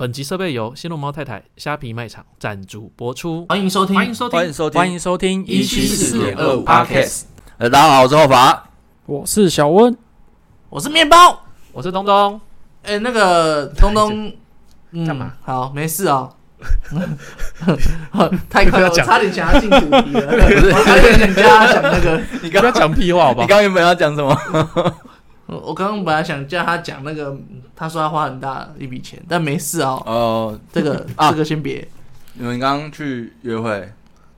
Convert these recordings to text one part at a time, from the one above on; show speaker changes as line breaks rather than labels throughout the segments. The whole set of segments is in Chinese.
本集设备由新龙猫太太虾皮卖场赞助播出。
欢迎收听，
欢迎收听，
欢迎收听，
欢迎收听
174.25
Podcast，
呃，大家好，我是后法。
我是小温。
我是面包。
我是东东。
哎、那个东东，嗯
干嘛？
好，没事 哦。太快
不要
了，我
讲
差点想要进主题 了。我差点人家想那个，
你刚
不要讲屁话好不
你
好？
刚原本要讲什么？
我刚刚本来想叫他讲那个，他说他花很大一笔钱，但没事哦。
哦，
这个
啊
这个先别，
你们刚刚去约会？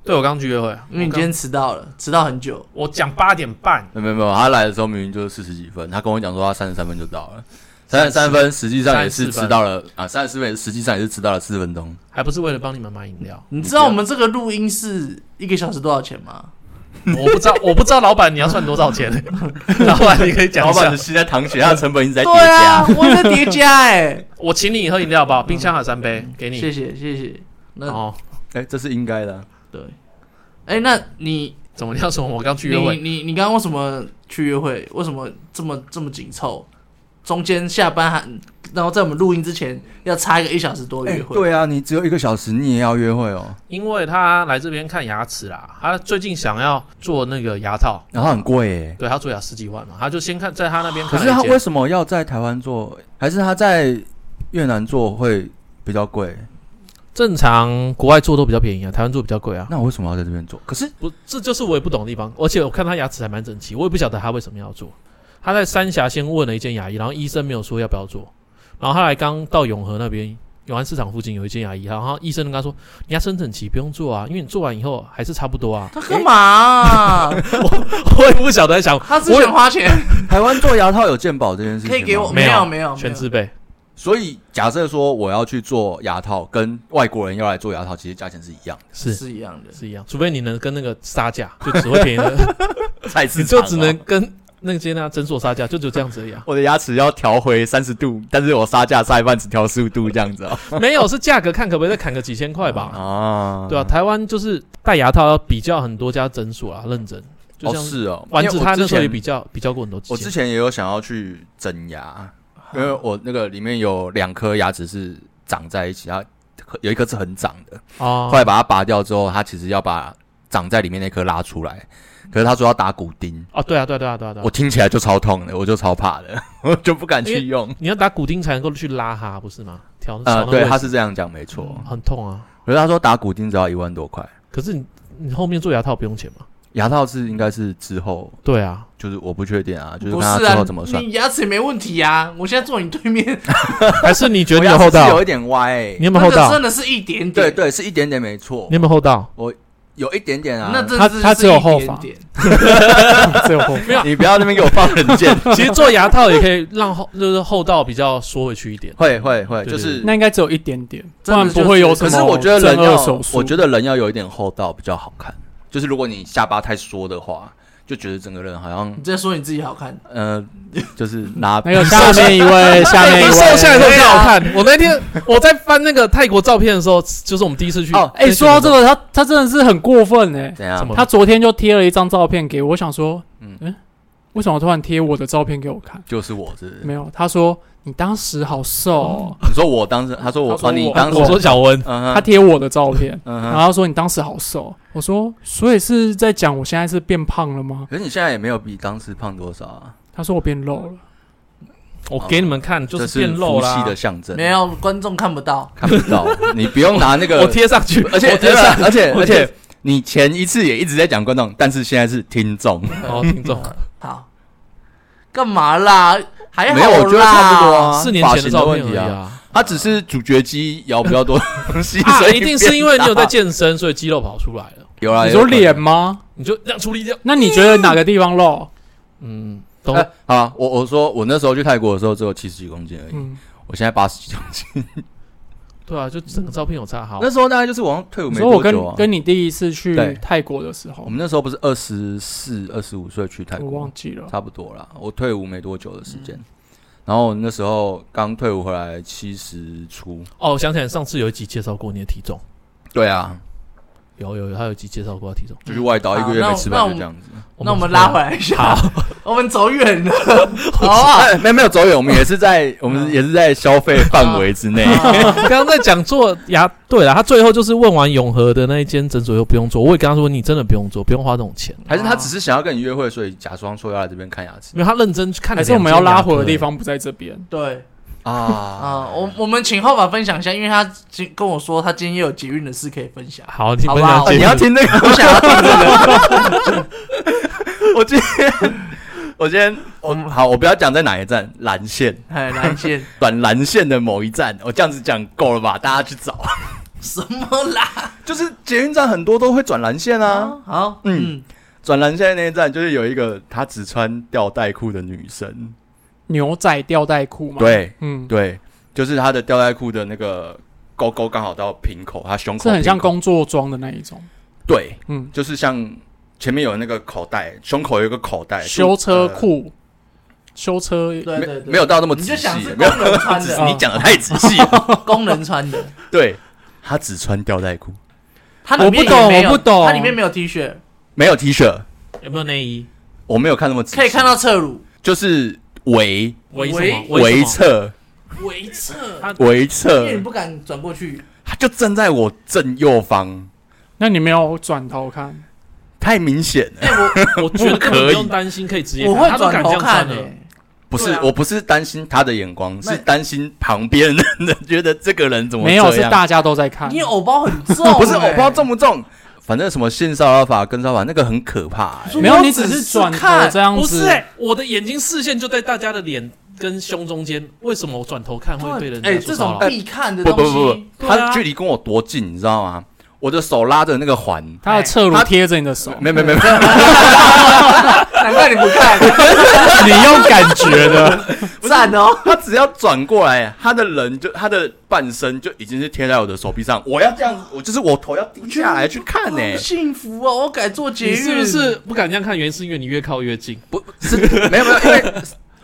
对我刚去约会，
因为你今天迟到了，迟到很久。？
我讲八点半，
没有没有没有，他来的时候明明就是四十几分，他跟我讲说他三十三分就到了，三十三分实际上也是
34分
迟到了啊，三十四分实际上也是迟到了四分钟。
还不是为了帮你们买饮料
你知道我们这个录音是一个小时多少钱吗？
我不知道，我不知道老板你要算多少钱、 老板，你可以讲
老
一
板
下
的。心在淌血，他的成本一直在
对
叠加
啊。，我在叠加 哎、
我请你喝饮料好不好？冰箱还有三杯，给
谢
你。
谢谢谢。那
哦，
哎，这是应该的啊。
对，哎、那你
怎么你要说我刚去约
你
会？
你你刚刚为什么去约会？为什么这么这么紧凑？中间下班还，然后在我们录音之前要插一个一小时多的
哎
约会。
对啊，你只有一个小时，你也要约会哦，
因为他来这边看牙齿啦，他最近想要做那个牙套，
然后很贵耶。
对他做牙十几万嘛，他就先看在他那边
可
看了
是
一间。
他为什么要在台湾做？还是他在越南做会比较贵？
正常国外做都比较便宜啊，台湾做比较贵啊。
那我为什么要在这边做？可是
不，这就是我也不懂的地方。而且我看他牙齿还蛮整齐，我也不晓得他为什么要做。他在三峡先问了一间牙医，然后医生没有说要不要做。然后他来刚到永和那边，永安市场附近有一间牙医，然后医生跟他说：“你牙齿很整齐，不用做啊，因为你做完以后还是差不多啊。
他干嘛啊、”
我也不晓得在想，
他只想花钱，
台湾做牙套有健保这件事情吗
可以给我
没
有
有
没有
全自备，
所以假设说我要去做牙套，跟外国人要来做牙套，其实价钱是一样
是
是一样的。
是一样，除非你能跟那个杀价，就只会便宜的，
的，菜市
你
场
就
啊
只能跟那间那诊所杀价，就只有这样子而已啊。
我的牙齿要调回三十度，但是我杀价杀一半只调十五度这样子哦。
没有是价格看可不可以再砍个几千块吧。
啊
对啊，，台湾就是戴牙套要比较很多家诊所啊，认真。就
哦
像
是哦，
丸
因
子
为我
他那
之
时候也
前
比较比较过很多次。
我之前也有想要去整牙，
啊
因为我那个里面有两颗牙齿是长在一起，它有一颗是很长的，
哦
后来把它拔掉之后，他其实要把长在里面那颗拉出来，可是他说要打骨钉，
哦，对啊，对啊，对啊，对啊，对
我
啊。
听起来就超痛的，我就超怕的， 我就不敢
因为
去用。
你要打骨钉才能够去拉它，不是吗？调调
呃，
那个
对，
位
他
置
是这样讲，没错。
很痛啊。
可是他说打骨钉只要一万多块，
可是你你后面做牙套不用钱吗？
牙套是应该是之后，
对 啊，
就是我不确定啊，就是
不
看
是
他之
啊
后怎么，算。
你牙齿也没问题啊！我现在坐你对 面，
还是你觉
我
得你有
牙
厚
齿是
道
有？一点歪、欸
你，有没
那
有厚
个
道
真？的是一点点，
对，对，是一点点没错
你，有没有厚 道？
有一点点啊。
那真
他
的是
他只有后
一点
法
点
最后
没有，
你不要那边给我放冷箭，
其实做牙套也可以让后就是厚道比较缩回去一 点。
会会会，
对
就是。
那应该只有一点点，不
真的
然
就是
不会有什
可
么。
是我觉得人要
手，术，
我觉得人要有一点厚道比较好看。就是如果你下巴太缩的话，就觉得整个人好像
你在说你自己好看，
呃，就是拿
那个 下面一位，
哎
下面
你
一位，
瘦下来的时候比较好看。我那天我在翻那个泰国照片的时候，就是我们第一次去。
哦
哎、说到这个，他他真的是很过分哎、
怎样
怎？么
他昨天就贴了一张照片给我，我想说，
嗯
嗯，为什么突然贴我的照片给我看？
就是我是不是
没有，他说你当时好瘦哦、
你说我当时，他说我
他说
哦，你
我
当时
我说啊小温，
嗯
他
哼
贴我的照片，
嗯
然
哼，
后他说你当时好瘦，我说所以是在讲我现在是变胖了吗？
可是你现在也没有比当时胖多少啊，
他说我变肉了，
我给你们看，就
这
是变肉
福
啦
气。的象征。
没有观众看不到。
看不 到，你不用拿那个，
我贴上去，
而且
我
而
贴
且
上，
而且
我
而
贴
且你前一次也一直在讲观众，但是现在是听众，
哦，听众，
好，干嘛啦？还好啦
没有，我觉得差不多啊，
四年前
发型
照
问
片而
题
已
啊，
啊。
他只是主角肌摇比较多东西，
啊，
所以
一定是因为你有在
变大
健身，所以肌肉跑出来了。
有啦，
你说
啊有可能
脸吗？
你就这样处理掉。
那你觉得哪个地方肉？
嗯，懂
哎好啊，我我说我那时候去泰国的时候只有七十几公斤而已，
嗯，
我现在八十几公斤，
对啊，就整个照片有差好
那。时候大概就是我好像退伍
你
没
说我
多
跟
久啊。
跟你第一次去
对
泰国的时候
我，们那时候不是二十四、二十五岁去泰
我
国
忘，记了。嗯
差不多啦。我退伍没多久的时间，然后那时候刚退伍回来七十出，
哦，我想起来上次有一集介绍过你的体重，
对啊，
有有有，他有集介绍过他体重。
就是外岛一个月没吃
嗯
饭就这样子。
那我们拉回
来，
来一下，
好，
我们走远了，好啊，
哎没有没有走远，我们也是 在我
嗯
们也是在消费范围之内。
刚刚在讲做牙，对了，他最后就是问完永和的那一间诊所又不用做，我也跟他说你真的不用做，不用花这种钱，
还
啊
是他只是想要跟你约会，所以假装说要来这边看牙齿
因为他认真去看了
还
两
是
间牙科。
我们要拉回的地方不在这边？
对
啊
啊，我我们请浩法分享一下，因为他今跟我说他今天也有捷运的事可以分享，
好，你
好
分
吧
享
我
哦你要听那 个？
我想要听这个，
我今天我今天我好，我不要讲在哪一站，蓝线
哎，蓝线
转蓝线的某一站，我这样子讲够了吧？大家去找，
什么啦？
就是捷运站很多都会转蓝线
哦
啊。
好，嗯
嗯，转蓝线那一站就是有一个她只穿吊带裤的女生，
牛仔吊带裤嘛。，
对
嗯，
对，就是她的吊带裤的那个勾勾刚好到瓶口，她胸口
是很像
瓶口
工作装的那一种。
对，
嗯，
就是像前面有那个口袋，胸口有一个口袋，
修车
呃
库，修车
对
没
对对，
没有到那么
你
仔
就想
细
是，
没
工
有
人穿
只是
的，
哦
你讲的太仔细了。
工人穿的，
对，她只穿吊带裤，
它里面
我不懂
也没有
我不懂
它里面没有 T 恤，
没有 T 恤，
有没有内衣？
我没有看那么仔细，
可以看到侧乳，
就是围
围什
围
么？
围
什么
侧
围侧，
围
因为
侧
你，不敢转过去，
她就站在我正右方，
那你没有转头看？
太明显了。
哎，我
我觉得根本
可以
不用担心，可以直接
我
看
会
他都
转
敢这
头
样
看
穿
的
了。，
不是，
对啊
我不是担心他的眼光，
那
是担心旁边的人 觉得这个人怎么
没有，
这
是
样
大欸家都在看。
你偶包很重，
不是我
哎
不知道重不重，反正什么性骚扰法、跟骚扰法那个很可怕、欸
可是
没有，
我
你
只
只是
是
转头
看
这样
不
子。
是、欸，我的眼睛视线就在大家的脸跟胸中间，为什么我转头看会被人家
哎，
说
这
骚
种
扰
必看的
不不
东
不
西，
不，
对啊
他距离跟我多近，你知道吗？我的手拉着那个环，
他的侧乳贴着你的手，
哎没没没没，
难怪你不看，
你用感觉的。
赞哦，
他只要转过来，啊他的人就他的半身就已经是贴在我的手臂上，我要这样子，我就是我头要低下来去看呢、
好幸福哦，我改做捷
你
运，
是不是不敢这样看？原因是因为你越靠越近，
不是没有没有，因为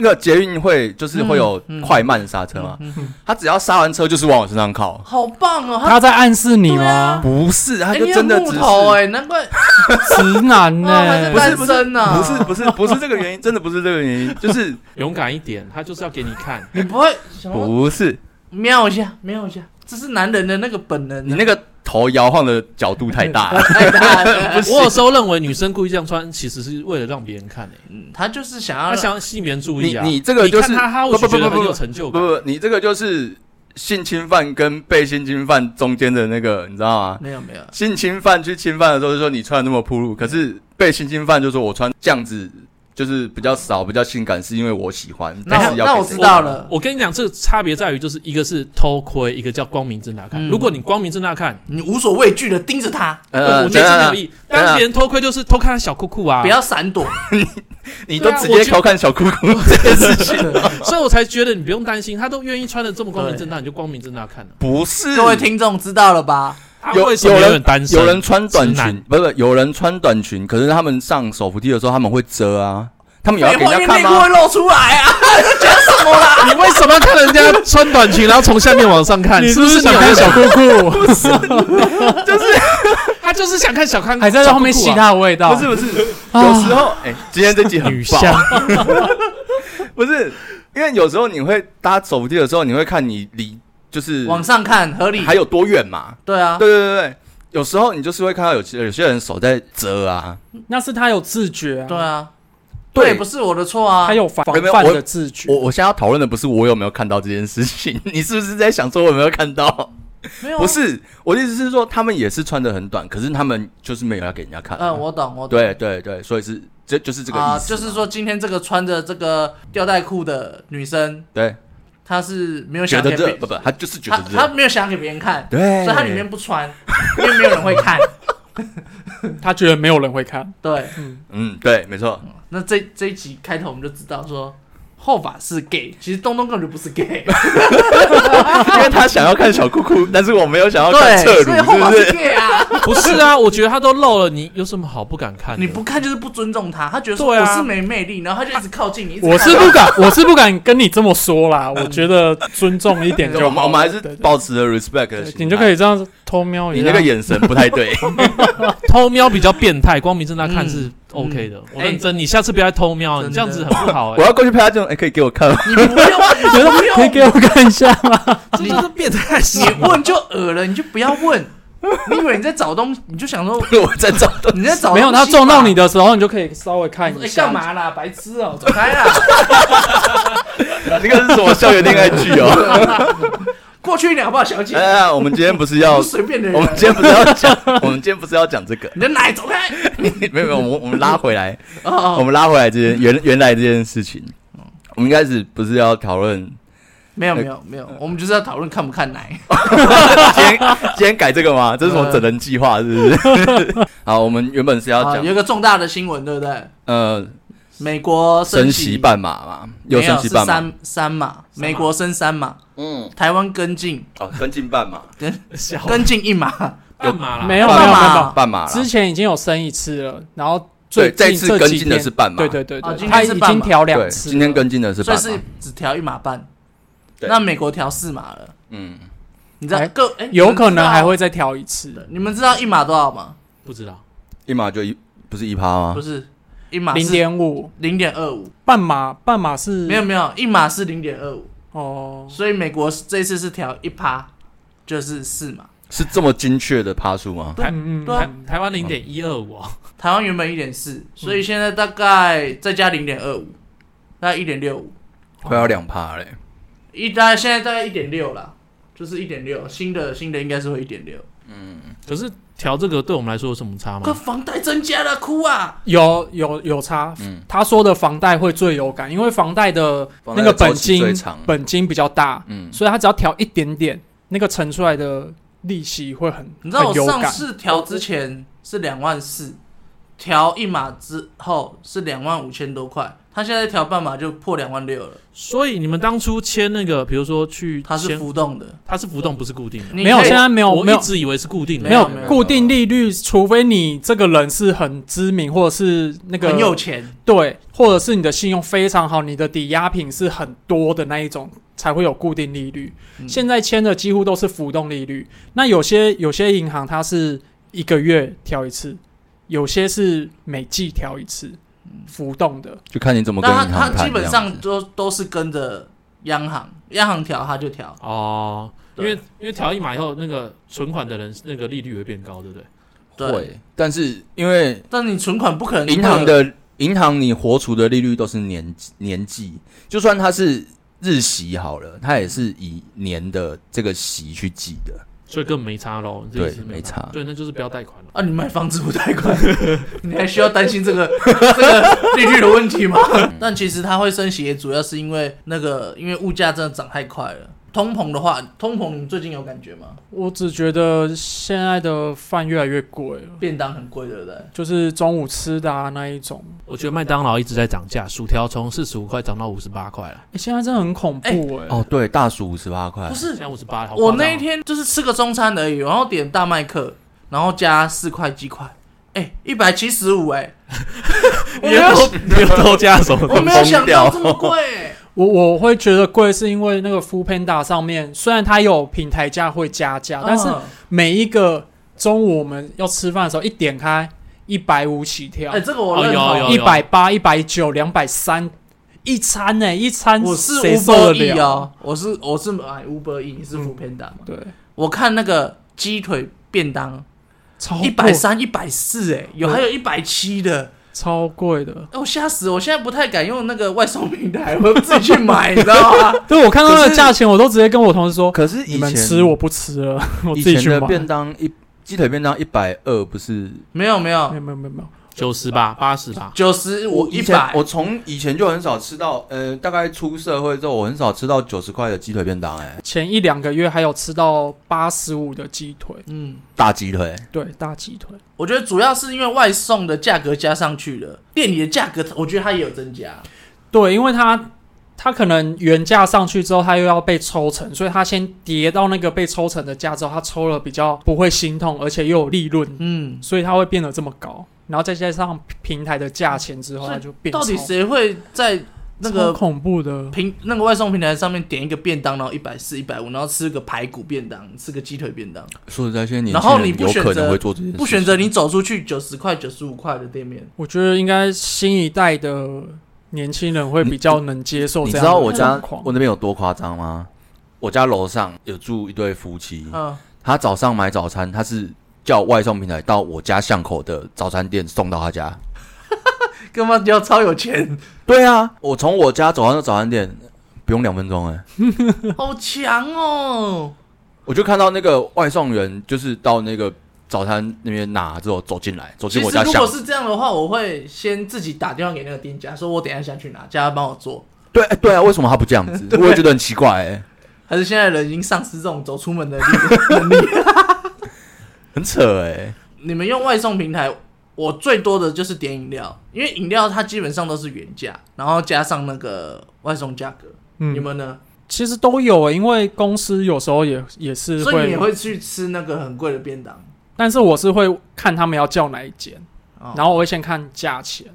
那个捷运会就是会有
嗯嗯
快慢刹车嘛
嗯，
他只要刹完车就是往我身上靠，
好棒哦？
他在暗示你吗？
不是，他
哎，
就
你
真的
很木
只是
头哎，难怪
直男呢、
啊还是单身呢，
不是不是不是这个原因，真的不是这个原因，就是
勇敢一点，他就是要给你 看。
你不会想要
不是
瞄一下，瞄一下，这是男人的那个本能啊，
你那个头摇晃的角度太大了，
太大了，
我有时候认为女生故意这样穿，其实是为了让别人看诶、
嗯他就是想要
她想吸引别人注意
你
啊。
你这个就是
你看她，她
不
会
不
觉
不
得
不
很有
不
成就
不
感。
不，你这个就是性侵犯跟被性侵犯中间的那个，你知道吗？
没有没有，
性侵犯去侵犯的时候，就说你穿的那么暴
嗯
露，可是被性侵犯就说我穿这样子就是比较少，比较性感，是因为我喜欢。
那
但
我
是要
那
给
我
谁
知道了，
我跟你讲，这个差别在于，就是一个是偷窥，一个叫光明正大看。
嗯
如果你光明正大看，
你无所畏惧的盯着他，
呃，我
呃，
觉得
等
是
等
有
等，
意。但别人偷窥就是偷看她小裤裤啊，
不要闪 躲，
你都
对啊
直
我
接
觉
调看小姑姑这件事情，
所以我才觉得你不用担心，她都愿意穿的这么光明正大，你就光明正大看了。
不是？
各位听众知道了吧？
她
有
啊为什么
有人
点单身？
有人穿短
直
裙
男，
不是有人穿短裙，可是他们上手扶梯的时候他们会遮啊，他们也
废
要给
话，因
人
为
家看
内裤会
吗？
露出来啊，
你为什么要看人家穿短裙，然后从下面往上看？
你
是
是
不
不
是
是
你
想
有
看小裤裤？
啊
他就是想看小康，
还在后面
小
吸
裤裤啊。
他的味道？
不是不是，
啊
有时候哎，今天这集很
女
棒，
相，
不是因为有时候你会搭手扶梯的时候，你会看你离就是
往上看合理
还，有多远嘛？
对啊，
对对对对，有时候你就是会看到有些有些人手在遮啊，
那是他有自觉啊，
对啊，
对
对，不是我的错啊
他，有防
没有
范
我
的自觉
我。我现在要讨论的不是我有没有看到这件事情， 你是不是在想说我有没有看到？
没有啊
不，是，我的意思是说他们也是穿的很短，可是他们就是没有要给人家看、
嗯，我懂，我懂。
对对对，所以是这就是这个
啊，
意思、
就是，说今天这个穿着这个吊带裤的女生，
对，
她是没有
觉
想
得
给
热
别
不不，他就是觉
她
得
她
热，
没有想给别人看，
对，
所以她里面不穿，因为没有人会看。
他觉得没有人会看，
对，
嗯，对，没错，
那这这一集开头我们就知道说，后法是 gay，其实东东根本就不是 gay，
因为他想要看小裤裤，但是我没有想要看侧
对，所以后
乳，
法
是不
是
是？
gay 啊。
不是啊，我觉得他都露了，你有什么好不敢看的？
你不看就是不尊重他，他觉得说
对
我
啊
是没魅力，然后他就一直靠近你。一直
我
靠
是不敢，我是不敢跟你这么 说啦。我觉得尊重一点
对
就
我们
好。
我们还是
对对
保持着 respect 的
对
心态
你就可以这样子偷瞄一
你
下。
那个眼神不太对，
偷瞄比较变态，光明正大看是
嗯
OK 的。我
哎
认真，你下次不要再偷瞄，
真的
你这样子很不好
我
哎。
要过去拍他这种，哎，可以给我看吗？
你不用，
觉得
你不
可以
用，
给我看一下吗？
这就是变态行
你问就恶了，你就不要 问。你以为你在找东，你就想说
我在照的，
你在找
没有，
东
他
西吧
撞到你，的时候，你就可以稍微看
哎
一，下。
干？嘛啦？白痴哦，走开啦！
那个是什么校园恋爱剧哦？
过去一点好不好，小姐？
哎哎，我们今天不是 要
不，随便的
我们今
人，
天不是要讲，我们今天不是要讲这个，
你的奶走开！
没有没有，我们我们拉回来，我
哦，
们拉回来这件原原来这件事情，我们一开始不是要讨论，
没有没有没有，我们就是要讨论看不看奶。
今天今天改这个吗？这是什么整人计划？是不是？ 好，我们原本是要
啊，
讲
有一个重大的新闻，对不对？
呃
美国
升
息
息半马嘛，有
没
升
有
息
是
半马，
三三嘛，美国升三嘛，
嗯，
台湾跟进
哦，跟进半马，
小
跟进一码，
干嘛啦？
没有没有
干
没
嘛
有没有。
半马啦
之前已经有升一次了，然后最
对，这
近
次跟进的
这
是
几天
半马，
对对对
哦今
对，
天
他
是
已
半
经
马
调两
对，
次了，
今天跟进的是
所
半
以
马
是，只调一码半。
对
那美国调四码了，
嗯，
你知道
哎
各哎
有可能还。
你们知道
会再调一次，
你们知道一码多少吗？
不知道，
一马就一不是一趴吗
不？是，一码
零
是
点五
零点二五，
半马半马是
没有没有，一码是零点二五，
哦，
所以美国这次是调一趴，就是四码。
是这么精确的趴数吗？
对
嗯嗯
对
台
啊
台湾零点一二五，啊
台湾原本一点
嗯
四，所以现在大概再加零点二五，大概一点六五，
快要两趴嘞，
一大概现在大概一点六啦，就是一点六，新的新的应该是会一点六。
哦
可是调这个对我们来说有什么差
可
吗？
房贷增加了，哭啊！
有有有差，
嗯
他说的房贷会最有感，因为房贷的
房贷的
那个本
周期最
金
长
本金比较大，
嗯，
所以他只要调一点点，那个乘出来的利息会很
你知道我
很有
上
感。
次调之前是两万四，调一码之后是两万五千多块，他现在调半码就破两万六了，
所以你们当初签那个，比如说去
它是
签
浮动的。
它是浮动，不是固定的。
你
没有，
可以
现在没有
我
没有
一直以为是固定的，
没有
没有
固定利率，除非你这个人是很知名，或者是那个
很有钱，
对，或者是你的信用非常好，你的抵押品是很多的那一种，才会有固定利率。
嗯
现在签的几乎都是浮动利率。那有些有些银行它是一个月调一次，有些是每季调一次，浮动的。
就看你怎么跟
那
银
他
行
他
谈。
基本上都都是跟着央行，央行调他就调。
哦。因
对
为因为调一码以后，那个存款的人那个利率会变高，对不对？
对，
会，但是因为
但你存款不可能
银行的银行你活储的利率都是年年计，就算它是日息好了，它也是以年的这个息去计的。
所以根本没差喽，你这
对
意思
没差
对，那就是不要贷款了。
啊，你买房子不贷款， 你还需要担心这个 这个利率的问题吗？
嗯
但其实它会升息，也主要是因为那个，因为物价真的涨太快了。通膨的话，通膨你最近有感觉吗？
我只觉得现在的饭越来越贵了，
便当很贵，对不对？
就是中午吃的、啊、那一种。
我觉得麦当劳一直在涨价，薯条从四十五块涨到五十八块了，
诶现在真的很恐怖哎、
哦，对，大数五十八块
不，
现
是
在，五十哎八。好夸张哦
我那一天就是吃个中餐而已，然后点大麦克，然后加四块鸡块，哎，一百七十五， 哎，我没有，
没有偷加什么
我没有想到这么 贵、哎
我我会觉得贵，是因为那个 f o o Panda 上面虽然它有平台价会加价，但是
嗯
每一个中午我们要吃饭的时候，一点开一百五起跳
哎，，这个我
哦
认
有
同
有，
一百八、一百九、两百三，一餐呢、一餐
我是
谁受得
Uber E
了？嗯
哦，我是我是买 Uber E，你是福片达嘛？
对，
我看那个鸡腿便当
超
一百
贵
三、一百四，哎，有
哦对
还有一百七的，
超贵的。
哎，我吓死！我现在不太敢用那个外送平台，我自己去买，你知道吗？
对我看到那个价钱，我都直接跟我同事说：“
可是以
你们
前
吃我不吃了， 我
以
自己
前
去买
的。”便当一鸡腿便当一百二不是？
没有没
没
有
有，没有没有没有，
九十吧，八十吧。
九十五、
以
一
前
百，
我从以前就很少吃到，呃，大概出社会之后，我很少吃到九十块的鸡腿便当、哎，
前一两个月还有吃到八十五的鸡腿，
嗯，
大鸡腿，
对大鸡腿，
我觉得主要是因为外送的价格加上去了，店里的价格，我觉得它也有增加。
对，因为它它可能原价上去之后，它又要被抽成，所以它先跌到那个被抽成的价之后，它抽了比较不会心痛，而且又有利润，
嗯，
所以它会变得这么高。然后再加上平台的价钱之后，
所以
它就变
到底
超
谁会在那
超
个
恐怖的？
平那个外送平台上面点一个便当，然后一百四、一百五，然后吃个排骨便当，吃个鸡腿便当，
说实在，现在年
然后
轻
你
人
不
有
选
可
择
能会做这件事，
不选择你走出去九十块、九十五块的店面，
我觉得应该新一代的年轻人会比较能接受
你
这
知
样
道
的
我家
状况
我那边有多夸张吗？我家楼上有住一对夫妻，
嗯，
他早上买早餐，他是叫外送平台到我家巷口的早餐店送到他家。
干嘛要超有 钱，
对啊，我从我家走到早餐店不用两分钟哎、
好强哦！
我就看到那个外送员就是到那个早餐那边拿之后走进来，走
其
进我
实
家
如
巷
果
口。
是这样的话，我会先自己打电话给那个店家，说我等一下想去哪，叫他帮我做。
对哎对啊，为什么他不这样 子？我也觉得很奇怪哎、
还是现在人已经丧失这种走出门 的能力？
很扯哎、
你们用外送平台，我最多的就是点饮料，因为饮料它基本上都是原价，然后加上那个外送价格。你
嗯，
们呢？
其实都有、欸因为公司有时候也也是
所以你也
会，
会去吃那个很贵的便当？
但是我是会看他们要叫哪一间，
哦
然后我会先看价钱，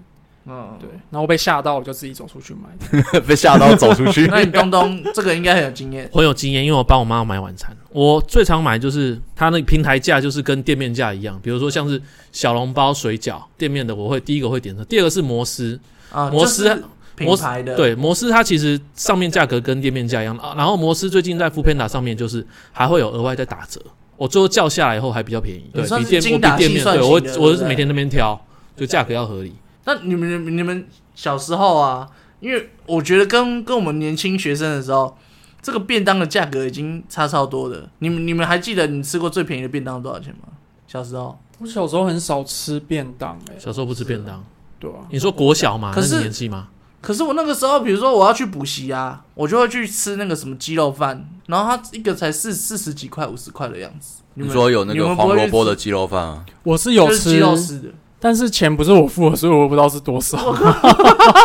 嗯，
对， 然后被吓到我就自己走出去买。
被吓到走出去。
那你东东这个应该很有经验。
我有经验，因为我帮我妈买晚餐。我最常买就是它那个平台价，就是跟店面价一样。比如说像是小笼包、水饺，店面的我会第一个会点的，第二个是摩斯。
啊，
摩
就是
斯
品牌的，
对，摩斯它其实上面价格跟店面价一样，啊然后摩斯最近在 f o o p a n d a 上面就是还会有额外在打折。我最后叫下来以后还比较便宜，对
也算
比
是
店
精
我比
打
店
细
面
算
对
型
我
的对不
我是
对
每天那边挑，就价格要合理。
那你们你们你们小时候啊，因为我觉得跟跟我们年轻学生的时候，这个便当的价格已经差超多了。你们你们还记得你吃过最便宜的便当多少钱吗？小时候，
我小时候很少吃便当、欸，
小时候不吃便当，
对啊，
你说国小嘛，
可是
那个年纪嘛，
可是我那个时候，比如说我要去补习啊，我就会去吃那个什么鸡肉饭，然后它一个才四四十几块、五十块的样子。
你
们
说有那
你
个
们不
黄
会
萝
去
卜
吃
的鸡肉饭啊？
我是有
就是鸡
吃，
肉丝的，
但是钱不是我付的，所以我不知道是多少。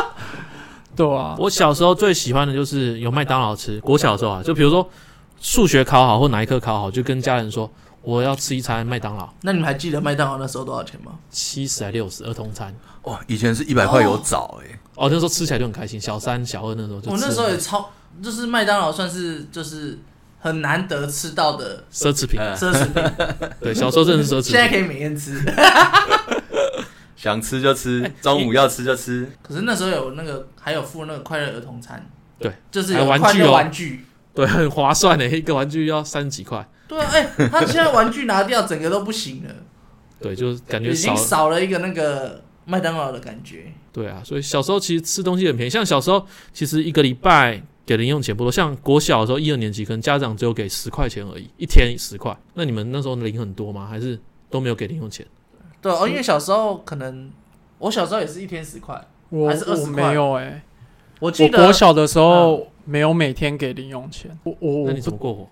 对啊，
我小时候最喜欢的就是有麦当劳吃。国小的时候啊，就比如说数学考好或哪一科考好，就跟家人说我要吃一餐麦当劳，
那你们还记得麦当劳那时候多少钱吗？
七十还六十儿童餐。
哇，哦以前是一百块有找哎、
哦，那时候吃起来就很开心，小三、小二那时候就吃
我哦那时候也超，就是麦当劳算是就是很难得吃到的
奢侈品，
嗯
奢侈品，
对，小时候真的是奢侈
呃现在
品。
可以每天吃。
想吃就吃，中午要吃就吃。
可是那时候有那个还有附那个快乐儿童餐，
对，
就是
还
有
有玩
快
具
乐
哦
玩具。
对，很划算的，一个玩具要三十几块，
对啊，哎、他现在玩具拿掉，整个都不行了，
对，就是感觉
已
少
经
了。
少了一个那个麦当劳的感觉。
对啊，所以小时候其实吃东西很便宜，像小时候其实一个礼拜给零用钱不多，像国小的时候一二年级，可能家长只有给十块钱而已，一天十块。那你们那时候零很多吗？还是都没有给零用钱？
对哦，因为小时候可能我小时候也是一天十块，
我
还是20
我没有哎、
我记
我
得
国小的时候没有每天给零用钱，我我
那
我
你怎么过活？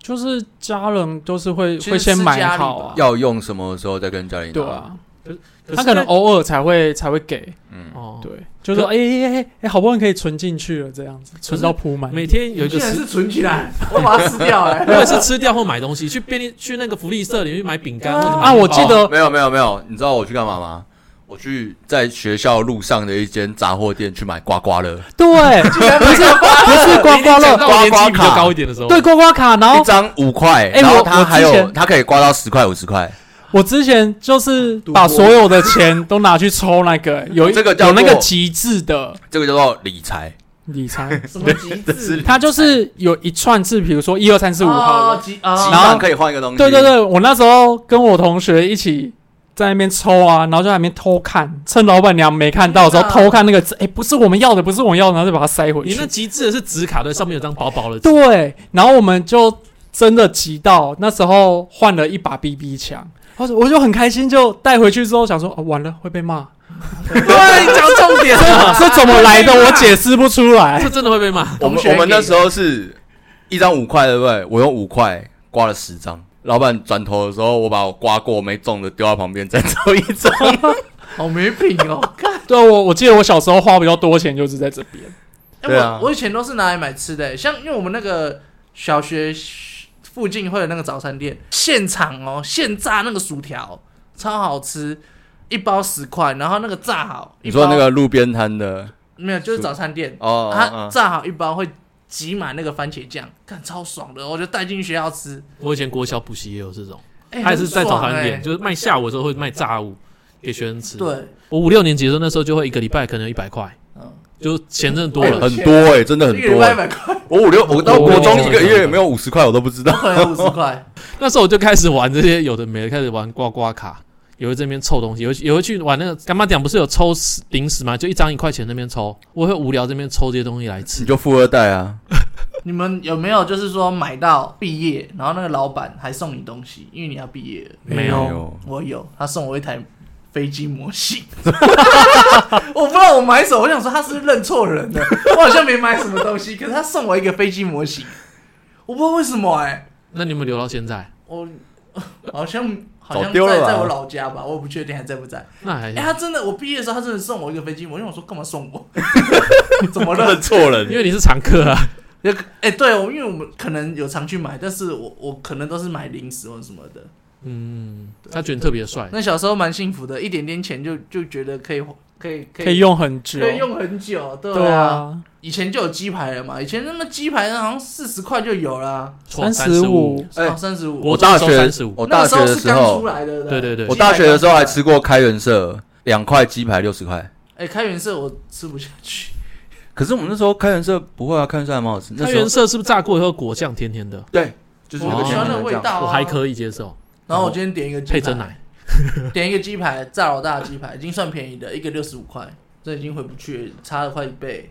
就是家人都是会
就是
会先买
吃家里
好
吧
啊，
哎要用什么时候再跟家里拿？
对啊，
可是
他可能偶尔才会才会给，
嗯，
哦，
对，就说哎哎哎哎，好不容易可以存进去了，这样子存到铺满。
每天有一
竟
个
然
吃，
是啊存起来，我把它吃掉了、
或者是吃掉或买东西，去便利去那个福利社里面买饼干或者买
啊，我记得、
哦没有没有没有，你知道我去干嘛吗？我去在学校路上的一间杂货店去买刮刮乐，
对，不是不是刮刮
讲
乐，
到我年纪比
刮刮
较
卡
高一点的时候，
对刮刮卡，然后
一张五块，
哎
然后
我
它
我
还
之
有
前
它可以刮到十块五十块，
我之前就是
赌博
把所有的钱都拿去抽那个，有 一
这个叫
有那
做
个极致的
这个叫做理财。
理财，
什么极
这是
致？
它就是有一串字，比如说一二三四五好
哦
了。
极
起
啊，
然后
码可以换一个东西。
对对，对，我那时候跟我同学一起在那边抽啊，然后就在那边偷看，趁老板娘没看到的时候
天哪
偷看那个字，哎，不是我们要的，不是我们要的，然后就把它塞回
你那
去。
极致的是纸卡，对，上面有张薄薄的纸。
对，然后我们就真的急到那时候换了一把 BB 枪，
哦
我就我就很开心，就带回去之后想说，哦，完了会被骂。
对，你讲重 点了。
这怎么 来的？我解释不出来。
这真的会被骂，
我们
同学
我们
给
那
的
时候是一张五块，对不对？我用五块刮了十张。老板转头的时候，我把我刮过没中的丢到旁边，再抽一张。
好没品哦，看
啊对，我我记得我小时候花比较多钱就是在这边，
哎、
对啊
我我以前都是拿来买吃的、欸像因为我们那个小学附近会有那个早餐店，现场哦，现炸那个薯条超好吃，一包十块，然后那个炸好，
你
一
说
包
那个路边摊的
没有，就是早餐店，
哦，
它
啊
炸好一包会挤满那个番茄酱，看超爽的，我就带进学校吃。
我以前国小补习也有这种，
哎，
他也是在早
很欸
餐
爽
店，
哎
就是卖下午的时候会卖炸物给学生吃。，
对，
我五六年级的时候，那时候就会一个礼拜可能一百块，
嗯，
就钱真的多
哎
了。
很多哎，真的很
一个礼
多
拜一
欸。
百块，
我五六，我到国中
我
一个月有没有五十块我都不知道。
可能五十块。
那时候我就开始玩这些有的没的，开始玩刮刮卡，也会这边凑东西，也会也会去玩那个干妈讲不是有抽零食嘛，就一张一块钱那边抽，我会无聊这边抽这些东西来吃
你。就富二代啊，
你们有没有就是说买到毕业，然后那个老板还送你东西，因为你要毕业了？
没有
没
有，
我有，他送我一台飞机模型， 我不知道我买什么，我想说他是不是认错人了，我好像没买什么东西，可是他送我一个飞机模型，我不知道为什么哎、
那你有没有留到现在？
我 好像好
早
像
丢了
在
吧
在我老家吧，我也不确定还在不在。
那还
哎、他真的，我毕业的时候他真的送我一个飞机模型，我想说干嘛送 我？怎么了
认？错人
因。为你是常客啊，
有哎、对，我因为我们可能有常去买，但是我我可能都是买零食或什么的。
嗯，他觉得你特别
哎
帅。
那小时候蛮幸福的，一点点钱就就觉得可以可以可以
可以用很久，
可以用很久，对
哦对啊，
以前就有鸡排了嘛，以前那个鸡排好像四十块就有了，
错
十五，
哎
哦，三十五
我，
我大
那
学
时候35
我
那
大
个时
学
候
的
是
时
刚出
候，
来的，
对对对
我大学的时候还
鸡
吃过开元社两块鸡排六十块。
排刚出来，哎，开元社我吃不下去，
可是我们那时候开元社不会啊，开元社还蛮好吃。那
它
时候
原色是不是炸过以后果酱甜甜的？
对，就是那
我
个
哦
喜
甜
欢
甜
那
的
个味
酱
道，
我还
以。
可以接受，
然后我今天点一个鸡排
配真，奶。
点一个鸡排，炸老大的鸡排已经算便宜的，一个六十五块，这已经回不去，差了快一倍。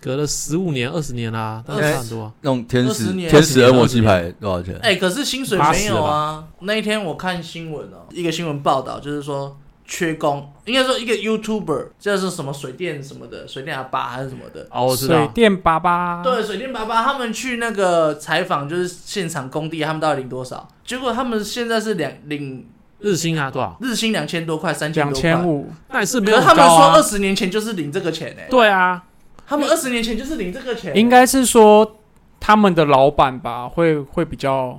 隔了十五年、二十年啦、但
哎
是差很多、啊。
那种天
20
使
年
天使恶魔鸡排多少钱？
哎、可是薪水没有啊！那一天我看新闻哦、一个新闻报道就是说缺工，应该说一个 YouTuber 就是什么水电什么的，水电阿爸还是什么的。
哦，我知
水
道，
电爸爸，
对，水电爸爸他们去那个采访，就是现场工地他们到底领多少？结果他们现在是两领
日薪啊多少？
日薪两千多块，三千
两
多
千
块。
五，
那也是没
可
有
是
很
他们
高
说
啊
二十年前就是领这个钱呢、欸
对啊，
他们二十年前就是领这个钱、欸
应该是说他们的老板吧，会会比较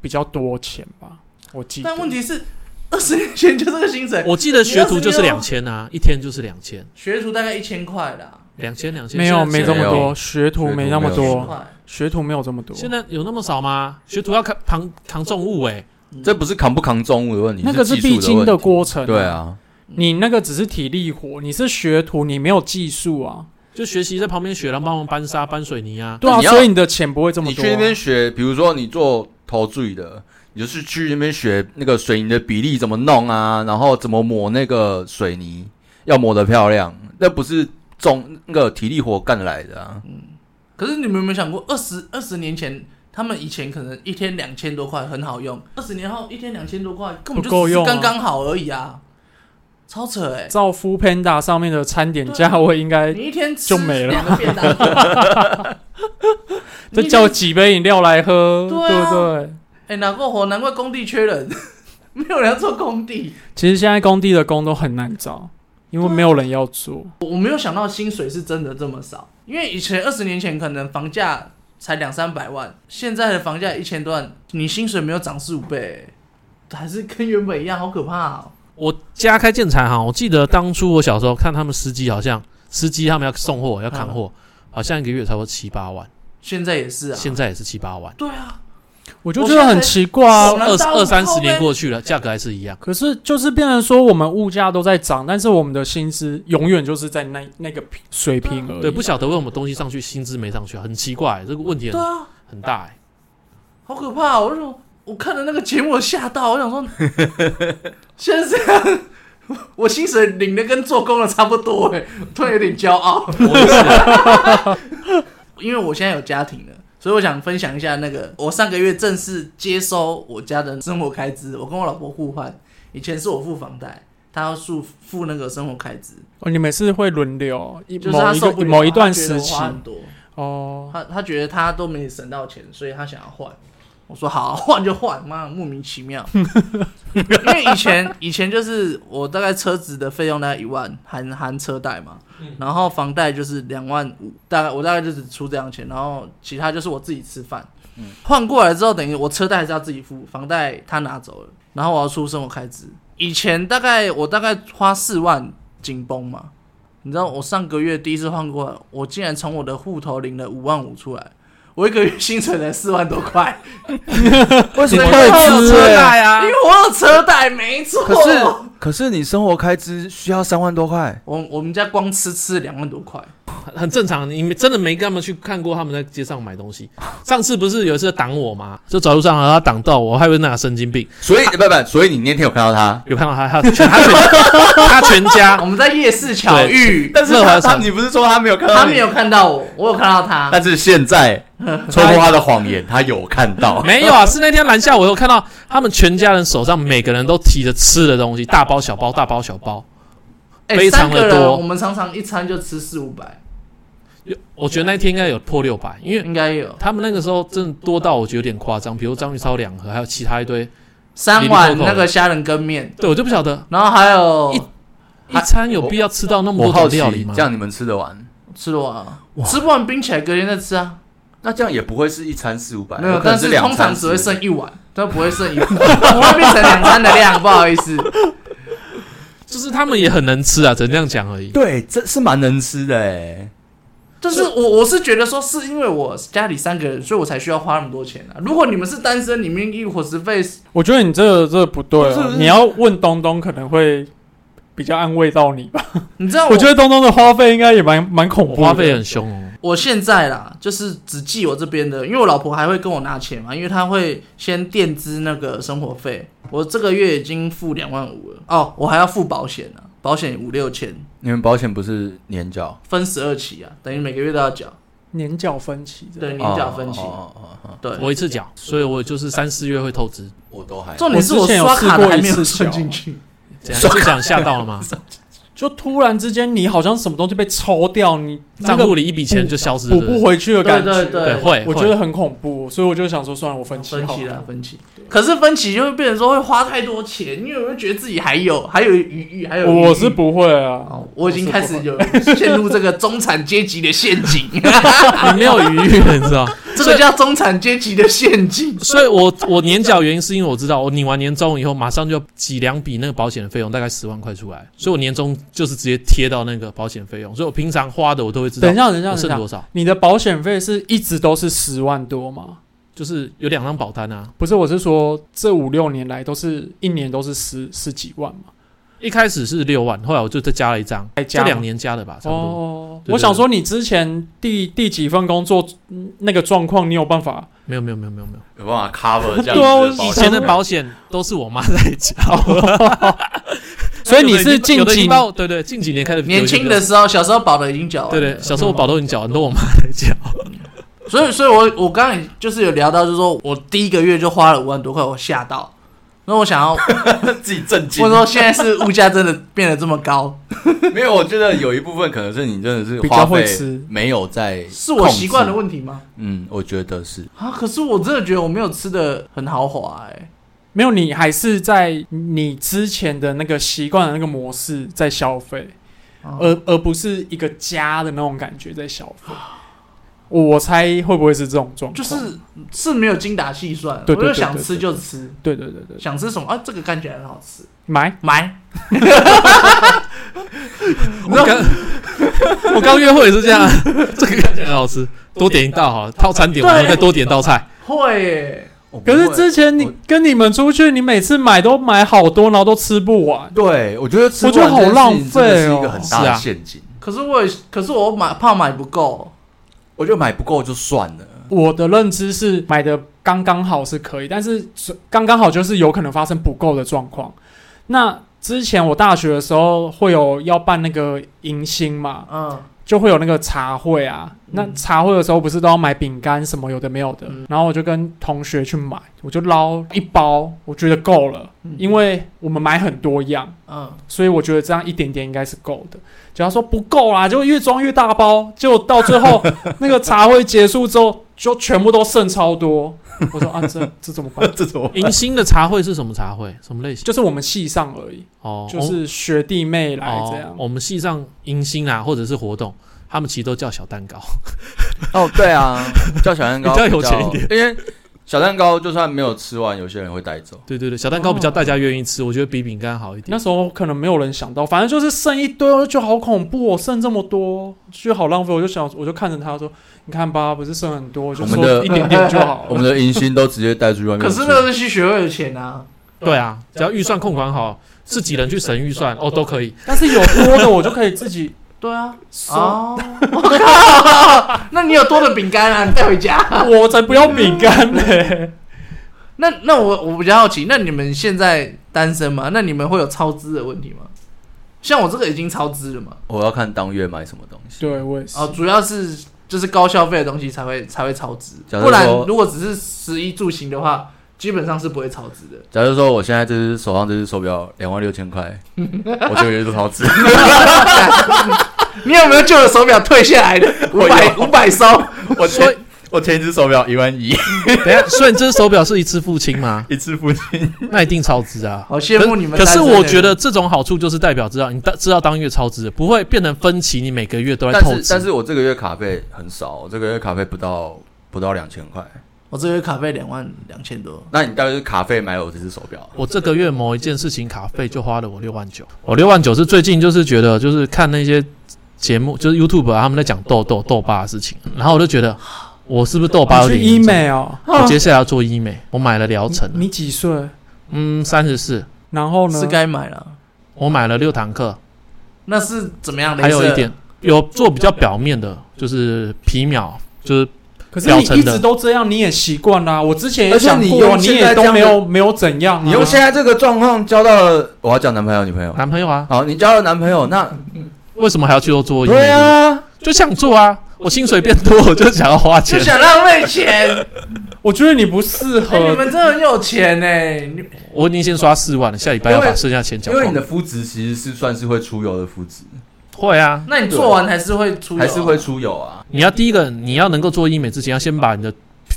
比较多钱吧，我记得
但。问题是二十年前就这个薪水，
我记得学徒就是
你
两
二
千啊，一天就是两千，
学徒大概一千块啦，
两千两千。
没有
现在
没这么
没
多，
有
学徒
学徒
没那么
没有
一千
多，
块。
学徒没有这么多。
现在有那么少吗？学徒要扛扛扛重物哎、
这不是扛不扛重物的问题，
那个是
技术
必经
的
的
问题。
过程、
对，啊，
你那个只是体力活，你是学徒，你没有技术啊。
就学习在旁边学，然后帮忙搬沙搬水泥啊。
对啊，
你要
所以你的钱不会这么
你
多、啊
去那边学，比如说你做陶醉的，你就是去那边学那个水泥的比例怎么弄啊，然后怎么抹那个水泥，要抹得漂亮，那不是重那个体力活干得来的啊。
可是你们有没有想过，二十二十年前，他们以前可能一天两千多块很好用，二十年后一天两千多块根本就
不够
只是
用啊
刚刚好而已啊，超扯哎、
照 f o o Panda 上面的餐点价位应该，
你一天吃
哎就没了
两个便当，
再叫几杯饮料来喝，
啊对啊
对不对？
哎、哪过活，难怪工地缺人， 没有人要做工地。
其实现在工地的工都很难找，因为
啊
没有人要做。
我我没有想到薪水是真的这么少，因为以前二十年前可能房价才两三百万，现在的房价一千多万，你薪水没有涨四五倍、欸还是跟原本一样，好可怕哦、
我家开建材行，我记得当初我小时候看他们司机，好像司机他们要送货要扛
嗯
货，好像一个月差不多七八万，
现在也是啊，
现在也是七八万。
对啊，
我就觉得很奇怪啊
我现。在
二
难道
二三
后
十年
面
过去了，价格还是一样。
可是就是变成说，我们物价都在涨，但是我们的薪资永远就是在那那个平水平而已。
啊
对，不晓得为什么东西上去，薪资没上去啊，很奇怪，这个问题很
对啊，
很大哎。
好可怕、哦！我说我看了那个节目，我吓到，我想说， 现在这样， 我薪水领的跟做工的差不多哎，突然有点骄傲，
我也是
因为我现在有家庭了。所以我想分享一下那个，我上个月正式接收我家的生活开支，我跟我老婆互换。以前是我付房贷，她要付付那个生活开支，
哦，你每次会轮流，一
就是她
某一
受
个
不了
某一
她
段
觉得
时
我
期
花很多，
哦。
她她觉得她都没省到钱，所以她想要换。我说好啊换就换，妈莫名其妙。 因为以前以前就是我大概车子的费用大概一万，含含车贷嘛，然后房贷就是两万五，大概我大概就只出这样钱，然后其他就是我自己吃饭。换过来之后，等于我车贷还是要自己付，房贷他拿走了，然后我要出生活开支。以前大概我大概花四万紧绷嘛，你知道我上个月第一次换过来，我竟然从我的户头领了五万五出来，我一个月薪水才四万 多块，
为什么
因为我有
特
车
支欸？
贷啊，因为我有车贷，没错。
可是可是你生活开支需要三万多块，
我我们家光吃吃两万多块，
很正常。你们真的没跟他们去看过他们在街上买东西？上次不是有一次挡我吗？就走路上然后他挡到我，我还以为那神经病，
所以呃不不，所以你那天有看到他，
有看到他，他全他全他全
我
家，
们在夜市巧遇，
但是他
他你不是说他没有看到你？
他没有看到我，我有看到他，
但是现在戳破他的谎言，他有看到。
没有啊，是那天拦下我，有看到他们全家人手上每个人都提着吃的东西，大包小包，大包小包。
哎
非常
三个
的
人
多
我们常常一餐就吃四五百，
我觉得那天应该有破六百，因为
应该有
他们那个时候真的多到我觉得有点夸张，比如章鱼烧两盒，还有其他一堆，
三
里
碗
里扣扣的
那个虾仁羹面，
对我就不晓得
然后还有
一餐有必要吃到那么
我
多
好
种
奇
料理吗？
这样你们吃得完？
吃完啊，吃不完冰起来隔天再吃啊，
那这样也不会是一餐四五百，
没有，
可能
但
是
是
两
通常
餐
只会剩一碗，都不会 剩一碗，不会变成两餐的量，不好意思。
就是他们也很能吃啊，只能这样讲而已。
对，这是蛮能吃的哎。
就是我我是觉得说，是因为我家里三个人，所以我才需要花那么多钱啊。如果你们是单身，你们一伙食费
我觉得你这个这个不对
不是不
哦
是，
你要问东东可能会比较安慰到你吧。
你知道我，
我觉得东东的花费应该也蛮蛮恐怖
我
的，
花费很凶哦，
我现在啦，就是只记我这边的，因为我老婆还会跟我拿钱嘛，因为她会先垫资那个生活费。我这个月已经付两万五了，哦，我还要付保险啊，保险五六千，
你们保险不是年缴？
分十二期啊，等于每个月都要缴，
年缴分期这
对，
样。
年缴分期，
哦哦哦哦
对。
我一次缴，所以我就是三四月会透支。
哎我都还
重点是
我之前有
刷卡的
试过
还
一
没有
次
算
缴
进去，
怎样？是想吓到了吗？
就突然之间，你好像什么东西被抽掉，你那
账
个
户里一笔钱就消失了，
补不回去的感觉。
对对对
对，会，
我
会
觉得很恐怖，所以我就想说，算了，我分期
分
好
期啦
了。，
分期。可是分期就会变成说会花太多钱，因为我会觉得自己还有还有余裕，还有余裕
我是不会啊，
哦，我已经开
我
始
是
有陷入这个中产阶级的陷阱，
你啊没有余裕，你知道？
这个叫中产阶级的陷阱。
所以我我年缴原因是因为我知道我领完年终以后，马上就要挤两笔那个保险的费用，大概十万块出来，所以我年终就是直接贴到那个保险费用，所以我平常花的我都会知道
等一下，等一下，
我
等一
剩
下
多，少，
你的保险费是一直都是十万多吗？
就是有两张保单啊。
不是，我是说这五六年来都是一年都是十十几万嘛，
一开始是六万，后来我就再加了一张，这
还加
两年加的吧，差不多。
哦。
对对
我想说，你之前第第几份工作嗯那个状况，你有办法？
没有没有没有没有没有，
有办法 cover 这样子的
对啊我
保
以
险
以
前
前
的
的
保
保
险都是我妈在 交，
所以你是近
有的已
几
经帮我对对近几年开始
年轻的时候，小时候保的已经缴完
对
了，
对，小时候我保都已经缴完，都我妈来缴。
所以所以我我刚才就是有聊到，就是说我第一个月就花了五万多块，我吓到。那我 想要
自己震惊
问。说，现在是物价真的变得这么高，
没有，我觉得有一部分可能是你真的是
比较
花
会
费
吃
没有在
是我习惯的
题。
问题吗？
嗯，我觉得是。
啊，可是我真的觉得我没有吃的很豪华哎、
没有，你还是在你之前的那个习惯的那个模式在消费，
哦
而而不是一个家的那种感觉在消费。我我猜会不会是这种状况？
就是是没有精打细算，
对
我
对
就
对
想
对
吃就吃，
对对对对，
想吃什么啊？这个看起来很好吃，
买
买。
我刚 我刚约会也是这样啊，这个看起来很好吃，多点一道好了，套餐点完后再多点一道 菜。
会耶、
可是
这
之前你
哦我
跟你们出去，你每次买都买好多，然后都吃不完。
对我觉得吃
我觉得
不完这件
好浪
事情真的
费
是一
哦
个很大
是
的
啊
陷阱。
可是我也，可是我买怕买不够，
我觉得买不够就算了。？
我的认知是买的刚刚好是可以，但是刚刚好就是有可能发生不够的状况。那之前我大学的时候会有要办那个迎新嘛，
嗯，
就会有那个茶会啊。那茶会的时候不是都要买饼干什么有的没有的，
嗯
然后我就跟同学去买，我就捞一包，我觉得够了，因为我们买很多样。
嗯，
所以我觉得这样一点点应该是够的。假如说不够啦，就越装越大包，结果到最后那个茶会结束之后，就全部都剩超多。我说啊，这这怎么办
这种
迎新的茶会是什么茶会？什么类型？
就是我们系上而已，
哦，
就是学弟妹来
哦
这样。
我们系上迎新啊，或者是活动，他们其实都叫小蛋糕。
哦，对啊，叫小 蛋糕
比较有钱一点
比较，因为小蛋糕就算没有吃完，有些人会带走。
对对对，小蛋糕比较大家愿意吃，我觉得比饼干好一点
那。时候可能没有人想到，反正就是剩一堆，我就觉得好恐怖哦，剩这么多，就好浪费。我就想，我就看着他说：“你看吧，不是剩很多，就
我们的
说一点点就好
我
了。
们的迎新都直接带出去外面
可
吃。
是那是去学会的钱啊，
对啊，只要预算控管好，自己人去省预算哦，都可以。”
但是有多的，我就可以自己
对 啊，
收。
哦，我靠，那你有多的饼干啊，你带回家。
我才不要饼干嘞！
那那我我比较好奇，那你们现在单身吗？那你们会有超支的问题吗？像我这个已经超支了嘛，
我要看当月买什么东西。
对，我也是。
哦，主要是就是高消费的东西才会才会超支，
假如
不然
说
如果只是食衣住行的话，基本上是不会超支的。
假如说我现在这只手上这只手表两万六千块，我这个月多少 值？
你有没有旧的手表退下来 的五
我有
百五百收？
我前我前一只手表一万一，
等一下，所以你这只手表是一次付清吗？
一次付清。
那一定超支啊！
好羡慕你们
可是
单身的
我
人
觉得这种好处就是代表知道你当知道当月超支的，不会变成分歧，你每个月都在
但
透
是但
支。
是我这个月卡费很少，我这个月卡费不到不到两千块。
我这个月卡费两万两千多，
那你大概是卡费买我这只手表？
我这个月某一件事情卡费就花了我六万九，我六万九是最近就是觉得就是看那些节目，就是 YouTube 啊他们在讲痘痘痘疤的事情，然后我就觉得我是不是痘疤有
你啊去
点
医
严重？
美哦？
我接下来要做医美，我买了疗程，
你几岁？
嗯，三十四，
然后呢
是？该买了。
我买了六堂课，
那是怎么样的？
还有一点有做比较表面的，就是皮秒，就是
可是你
疗程
一
的
直都这样，你也习惯啦。我之前也
而且
想
你
过，
用
你
现
也
在这
都
样
没
的
有没有怎
嗯
样啊。
你用现在这个状况交到了，我要讲男朋友女朋友。
男朋友啊，
好，你交了男朋友，那
为什么还要去做医美？
对啊，
就想做啊，我薪水变多，我就想要花
就
钱。
想浪 费钱。
我觉得你不适
哎，你
合。
们真的很有钱呢。你
我已经先刷四万了，下礼拜要把剩下钱缴
因为你
光
的。肤质其实是算是会出油的肤质，
会啊，
那你做完还是会出油啊，
还是会出油啊。
你要第一个你要能够做医美之前，要先把你的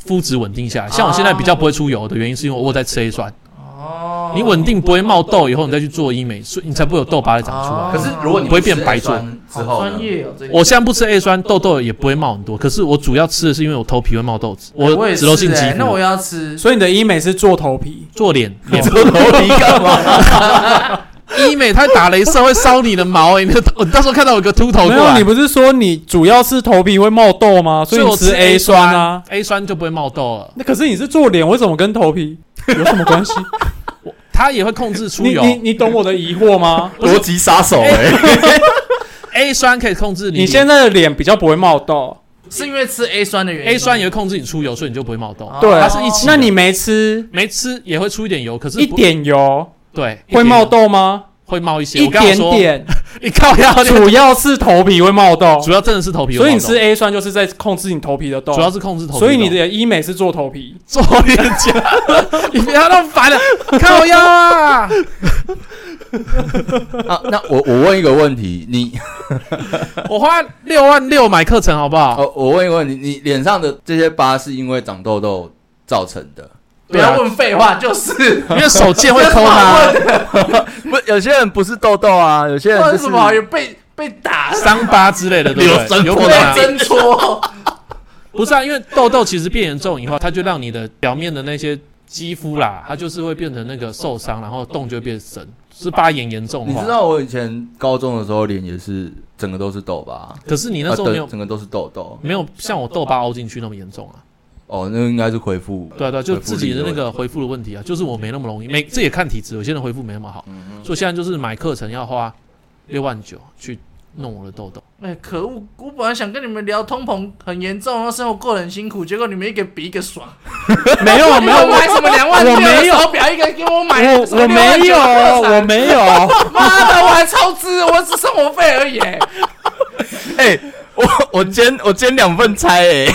肤质稳定下来。像我现在比较不会出油的原因，是因为我有在吃 A 酸。
哦。
你稳定不会冒痘，以后你再去做医美，所以你才不会有痘疤来长出
哦
来
可。是如果你
不会变白
做
做
之
好
后呢
专，业哦，这个
我现在不吃 A 酸，痘痘也不会冒很多。可是我主要吃的是因为我头皮会冒痘子，
我也
脂漏性
是
肌
哎那我
肤，
要吃
所以你的医美是做头皮，
做脸
你
脸部
做头皮干嘛？
医美，它打镭射会烧你的毛、欸，你的头我到时候看到有个秃头
没
过
有？啊
来
你，不是说你主要是头皮会冒痘吗？所以你
我
吃 A 酸啊。
，A 酸就不会冒痘了。
那可是你是做脸，为什么跟头 皮有什么关系？
它也会控制出
你
油
你你懂我的疑惑吗？
逻辑杀手哎、
，A 酸可以控 制你
你现在的脸比较不会冒痘，
是因为吃 A 酸的原因吗
A 酸也会啊控制你出油，所以你就不会冒痘。
哦
对，
它是一起的
那你没吃
没吃也会出一点油，可是
一
不
点油
对
会冒，
一点
痘吗？
会冒一些。
一
我跟他
点
说，
点，
你靠腰，
主要是头皮会冒痘，
主要真的是头皮
所
会
以
冒痘，
你吃 A 酸就是在控制你头皮的痘，
主要是控制头皮痘。
所以你的医美是做头皮，
左脸颊，你不要那么烦了，靠腰啊！
啊，那我我问一个问题，你
我花六万六买课程好不好？
哦，我问一个问题，你脸上的这些疤是因为长痘痘造成的？
不要问废
啊
话，就是
因为手贱会抠
这
它，
是
不，有些人不是痘痘啊，有些
不然什么好像被被打
伤疤之类的，对不
有针
对？有可能啊
被针戳，
不是啊，因为痘痘其实变严重以后，它就让你的表面的那些肌肤啦，它就是会变成那个受伤，然后洞就会变深，是发炎严重
你
化。
知道我以前高中的时候脸也是整个都是痘疤，
可是你那时候
啊
没
对
有、
整个都是痘痘。
没有像我痘疤凹进去那么严重啊。
哦，那应该是恢复。
对啊对啊，就
恢复
自己
力
的那
问
个恢复的问题啊，就是我没那么容易，每这也看体质，有些人恢复没那么好，所以现在就是买课程要花六万九去弄我的痘痘。
哎，可恶！我本来想跟你们聊通膨很严重，然后生活过得很辛苦，结果你们一个比一个爽。
没有没有，
我买什么两万
我
六
没
的
有
手表，一个给我买
我
什么
我没
6,900
有
的
我没有，
妈的，我还超支，我只生活费而已。欸
哎、我我兼我兼两份差 哎、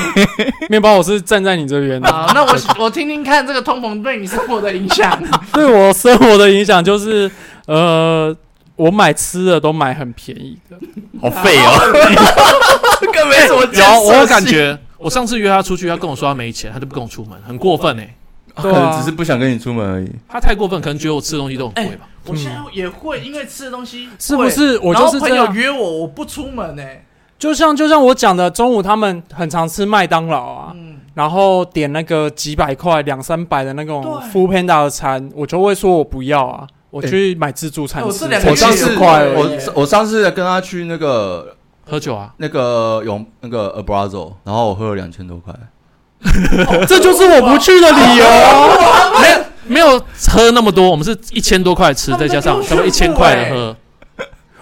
面包我是站在你这边的，
好，那我我听听看这个通膨对你生活的影 响。
对我生活的影响就是呃。我买吃的都买很便宜的，
好废哦，更没什么建设性
有，我有感觉，我上次约他出去，他跟我说他没钱，他就不跟我出门，很过分哎、
对
哦可
啊
能只是不想跟你出门而已。
他太过分，可能觉得我吃的东西都很贵吧。
我现在也会因为吃的东西
是不
贵？
是？我
然
就
后
是
朋
这
友
样，
约我，我不出门欸呢、
就像就像我讲的，中午他们很常吃麦当劳啊，
嗯，
然后点那个几百块、两三百的那种
对
Food Panda 的餐，我就会说我不要啊，我去买自助餐
哎我
吃
这两。个
啊
我
我
上
上
次
次
也
快
而已
我我上次跟他去那个
喝酒啊，
那个永那个 Abrazo，然后我喝了两千多块。
这就是我不去的理由。
没有喝那么多，我们是一千多块吃，
他
再
们
加上
都
差不多一
炫
千
富
块的
欸
喝。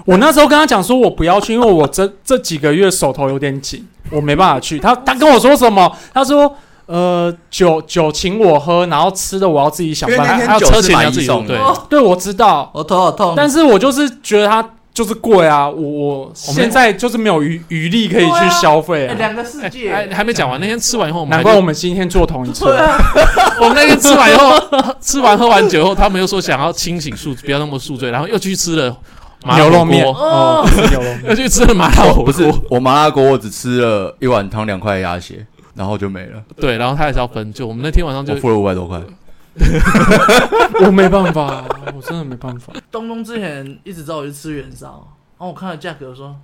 我那时候跟他讲说，我不要去，因为我这这几个月手头有点紧，我没办法去。他他跟我说什么？他说，呃，酒酒请我喝，然后吃的我要自己想
因为那
办
还还
天
法。
有
酒是
车钱
买
你要
一
自己
送
用对。
的
对，我知道，
我头好
哦
痛。
但是我就是觉得它就是贵啊，我我现在就是没有余余力可以去消费
哎
啊。
两、个世界、
还还没讲完，那天吃完以后，我们
难
还
怪我们今天坐同一
对
车。
啊，
我们那天吃完以后，吃完喝完酒以后，他们又说想要清醒宿，不要那么宿醉，然后又去吃了麻辣 火
牛肉
锅
面
哦
哦，不是 牛肉面
又去吃了麻辣火锅，
哦不是我麻辣锅，我只吃了一碗汤两块鸭血，然后就没了。
对，然后他还是要分，就我们那天晚上就
我付了五百多块。
我没办法，啊我真的没办法。
东东之前一直找我去吃元宵，然后我看了价格我说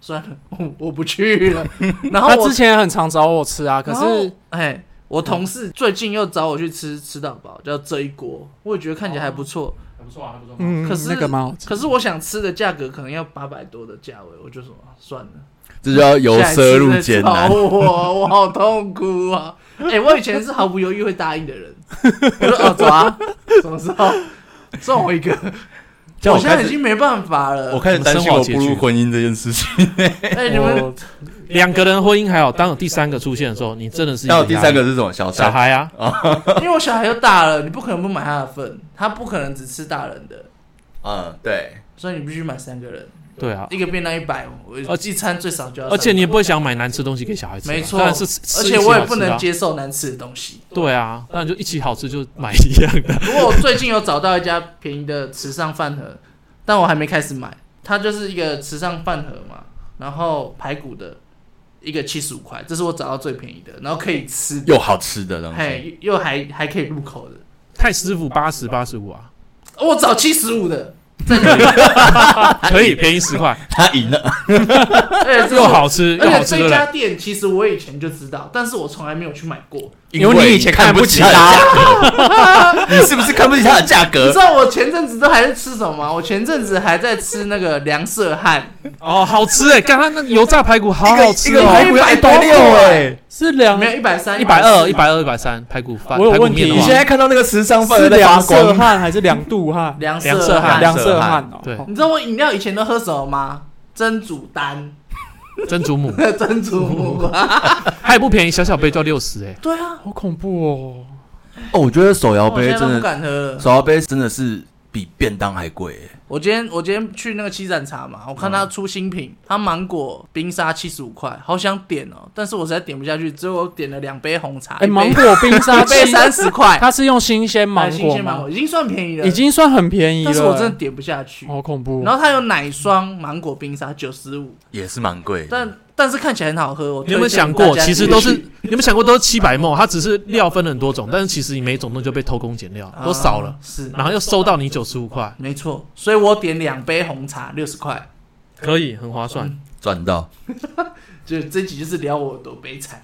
算了， 我我不去了。然后
他
我
之前很常找我吃啊，可
然后
是
哎，我同事最近又找我去吃吃到饱，叫这一锅，我也觉得看起来还不错。
不错啊，还不错
嗯，
可是
那个蛮好吃。
可是我想吃的价格可能要八百多的价位，我就说算了，
这叫由奢入
下
俭
一次再
难
找。我我好痛苦啊！哎、我以前是毫不犹豫会答应的人，我说哦走啊，什么时候送我一个？
这样
我
我
现
开
在已
始，
经没办法了
我。开始担心我步入婚姻这件事情。
哎、你们
我
两个人婚姻还好，当有第三个出现的时候，你真的是一
还有
个
第
压
三
力
个是什么？小
小
三。
孩啊，
因为我小孩又大了，你不可能不买他的份，他不可能只吃大人的，
嗯，对。
所以你必须买三个人，
对啊，
一个便当一百，我
而
一餐最少就要300。
而且你也不会想买难吃的东西给小孩吃啊，
没错
当然是吃，
而
吃一
且
起
我也
好吃
不
的
能
啊，
接受难吃的东西。
对啊，当然就一起好吃就买一样的，
不过我最近有找到一家便宜的慈善饭盒，但我还没开始买。它就是一个慈善饭盒嘛，然后排骨的一个七十五块，这是我找到最便宜的，然后可以吃的，
又好吃的东西，
嘿，又还还可以入口的。
太师傅八十八十五啊，
哦我找七十五的，
可以便宜十 块，
他赢了。
而且哎这
又
是
好吃又
而
好
且
吃
这
的
家
嘞，
店其实我以前就知道，但是我从来没有去买过。
因为你以前看不起
他， 你是不是看不起他的价
你
格
知？道我前阵子都还在吃什么吗？我前阵子还在吃那个凉色汉，
哦，好吃
欸
哎，刚刚那个油炸排骨好
一个
好吃
一个
哦，
排骨要
100多
160哎！
欸是两
没有一百三，
一百二一百二一百三排骨饭，
我有
排骨
问题
面的
你
话
现在看到那个时尚
是
范在发
两色
光，
汗还是两度汗？
凉
色汉
色
汉
两
色
色汗哦。
对
你知道我饮料以前都喝什么吗？珍珠丹、
珍珠母，
珍珠母啊。
它也不便宜，小小杯就要六十哎，
对啊，
好恐怖哦。
哦，我觉得手摇
我现
杯
在
真
都不
的，
敢喝了。
手摇杯真的是比便当还贵耶。
我今天我今天去那个七盏茶嘛，我看他出新品，他芒果冰沙七十五块，好想点哦，但是我实在点不下去，只有我点了两杯红茶，一
哎，
杯
芒果冰 沙
一杯
七，
三十块，
它是用新鲜芒
买新
果
鲜芒
吗
果？已经算便宜了，
已经算很便宜了。哎
但是我真的点不下
哦
去。
好恐怖。哦
然后它有奶霜芒果冰沙九十五，
也是蛮贵的，
但但是看起来很好喝。我
你有没有
推荐
想过，
大家
其实
去
都是你有没有想过都是七百梦，它只是料分很多种，但是其实你每种东西就被偷工减料，都少了
啊，是
然后又收到你九十五块，
没错，所以我点两杯红茶六十块。
可以很划算。
赚到。
就这集就是聊我多 悲惨。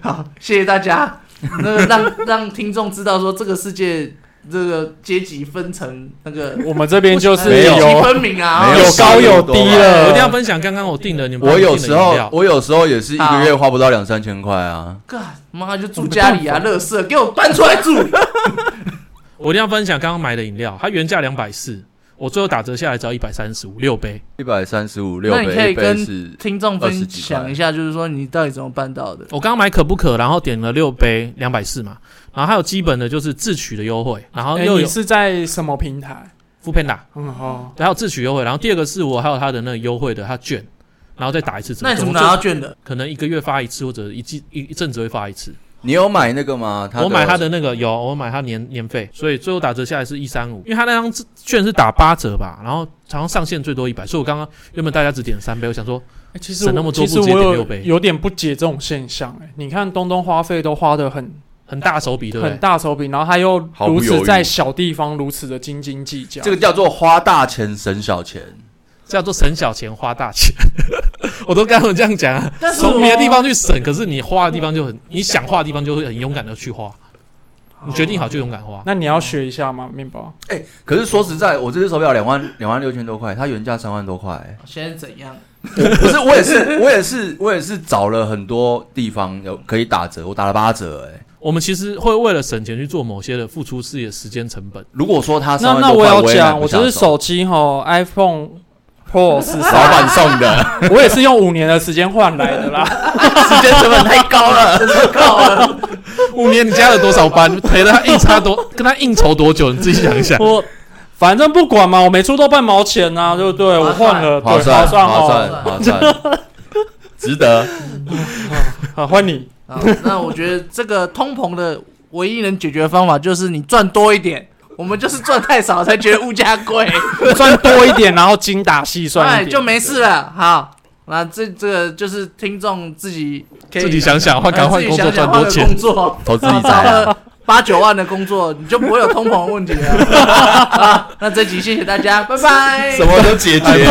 好，谢谢大家，那个让让听众知道说这个世界这个阶级分成那个
我们这边就是
没有
阶级
有
分明啊，
没
哦
有高有低
我一定要
了。
分享刚刚我订的你们
我
帮
有
订的
时
饮
候
料，
我有时候也是一个月花不到两三千块啊。
God，妈就住家里啊，乐色给我搬出来住。
我一定要分享刚刚买的饮料，它原价两百四，我最后打折下来只要一百三十五，六杯。
一百三十五六
那你可
杯，
以
一杯
跟
是
听众
20
分
几块
享一下，就是说你到底怎么办到的？
我刚刚买可不可，然后点了六杯，两百四嘛，然后还有基本的就是自取的优惠，然后
哎
又
你
有
是在什么平台？
副片打，
嗯哦，
还有自取优惠，然后第二个是我还有它的那个优惠的它券，然后再打一次折。
那你怎么
总
拿
共就
到券的？
可能一个月发一次，或者一季一一阵子会发一次。
你有买那个吗？
我买它
他
的那个有，我买它年年费，所以最后打折下来是一三五，因为它那张券是打八折吧，然后好像上限最多一百，所以我刚刚原本大家只点三杯，我想说
哎
欸其实
省
我
那么多
其实
不
我
止点六
有
倍
有点不解这种现象、欸。你看东东花费都花的很
很大手笔，对不
很
对？
大手笔，然后他又
毫不
如
犹
此
豫
在小地方如此的斤斤计较。
这个叫做花大钱省小钱。
这叫做省小钱花大钱。 我都跟他们这样讲啊，
但是
从别的
我
地方去省，可是你花的地方就很，你想花的地方就会很勇敢的去花，你决定好就勇敢花。
那你要学一下吗，面包？
哎、可是说实在，我这只手表两万两万六千多块，它原价三万多块、
现在怎样？
不是，我也是，我也是，我也是找了很多地方有可以打折，我打了八折、哎，
我们其实会为了省钱去做某些的付出自己的时间成本。
如果说它三
那
万
那
多
我
块，
要
也
讲，
买
我
不
这
下
是手机哈，iPhone Pro 十
老
三，
板送 的，
我也是用五年的时间换来的啦。
时间成本太高了。
五年你加了多少班？陪了他应差多，跟他应酬多久？你自己想一 想。
我反正不管嘛，我每出都半毛钱呐、啊，对不对？我
嗯划算
换了，对，
划算，
算
划
哦。
算，划算，值得。
好，换你。
啊，那我觉得这个通膨的唯一能解决的方法就是你赚多一点。我们就是赚太少才觉得物价贵，
赚多一点，然后精打细算
哎，
一点，
就没事了。好，那这这个就是听众自己可以哎
自己想想，换赶快
自己
工作赚多
想想换个
钱。
工作
投资理
找
财啊，
了八九万的工作，你就不会有通膨的问题了。好那这集谢谢大家，拜拜。
什么都解决。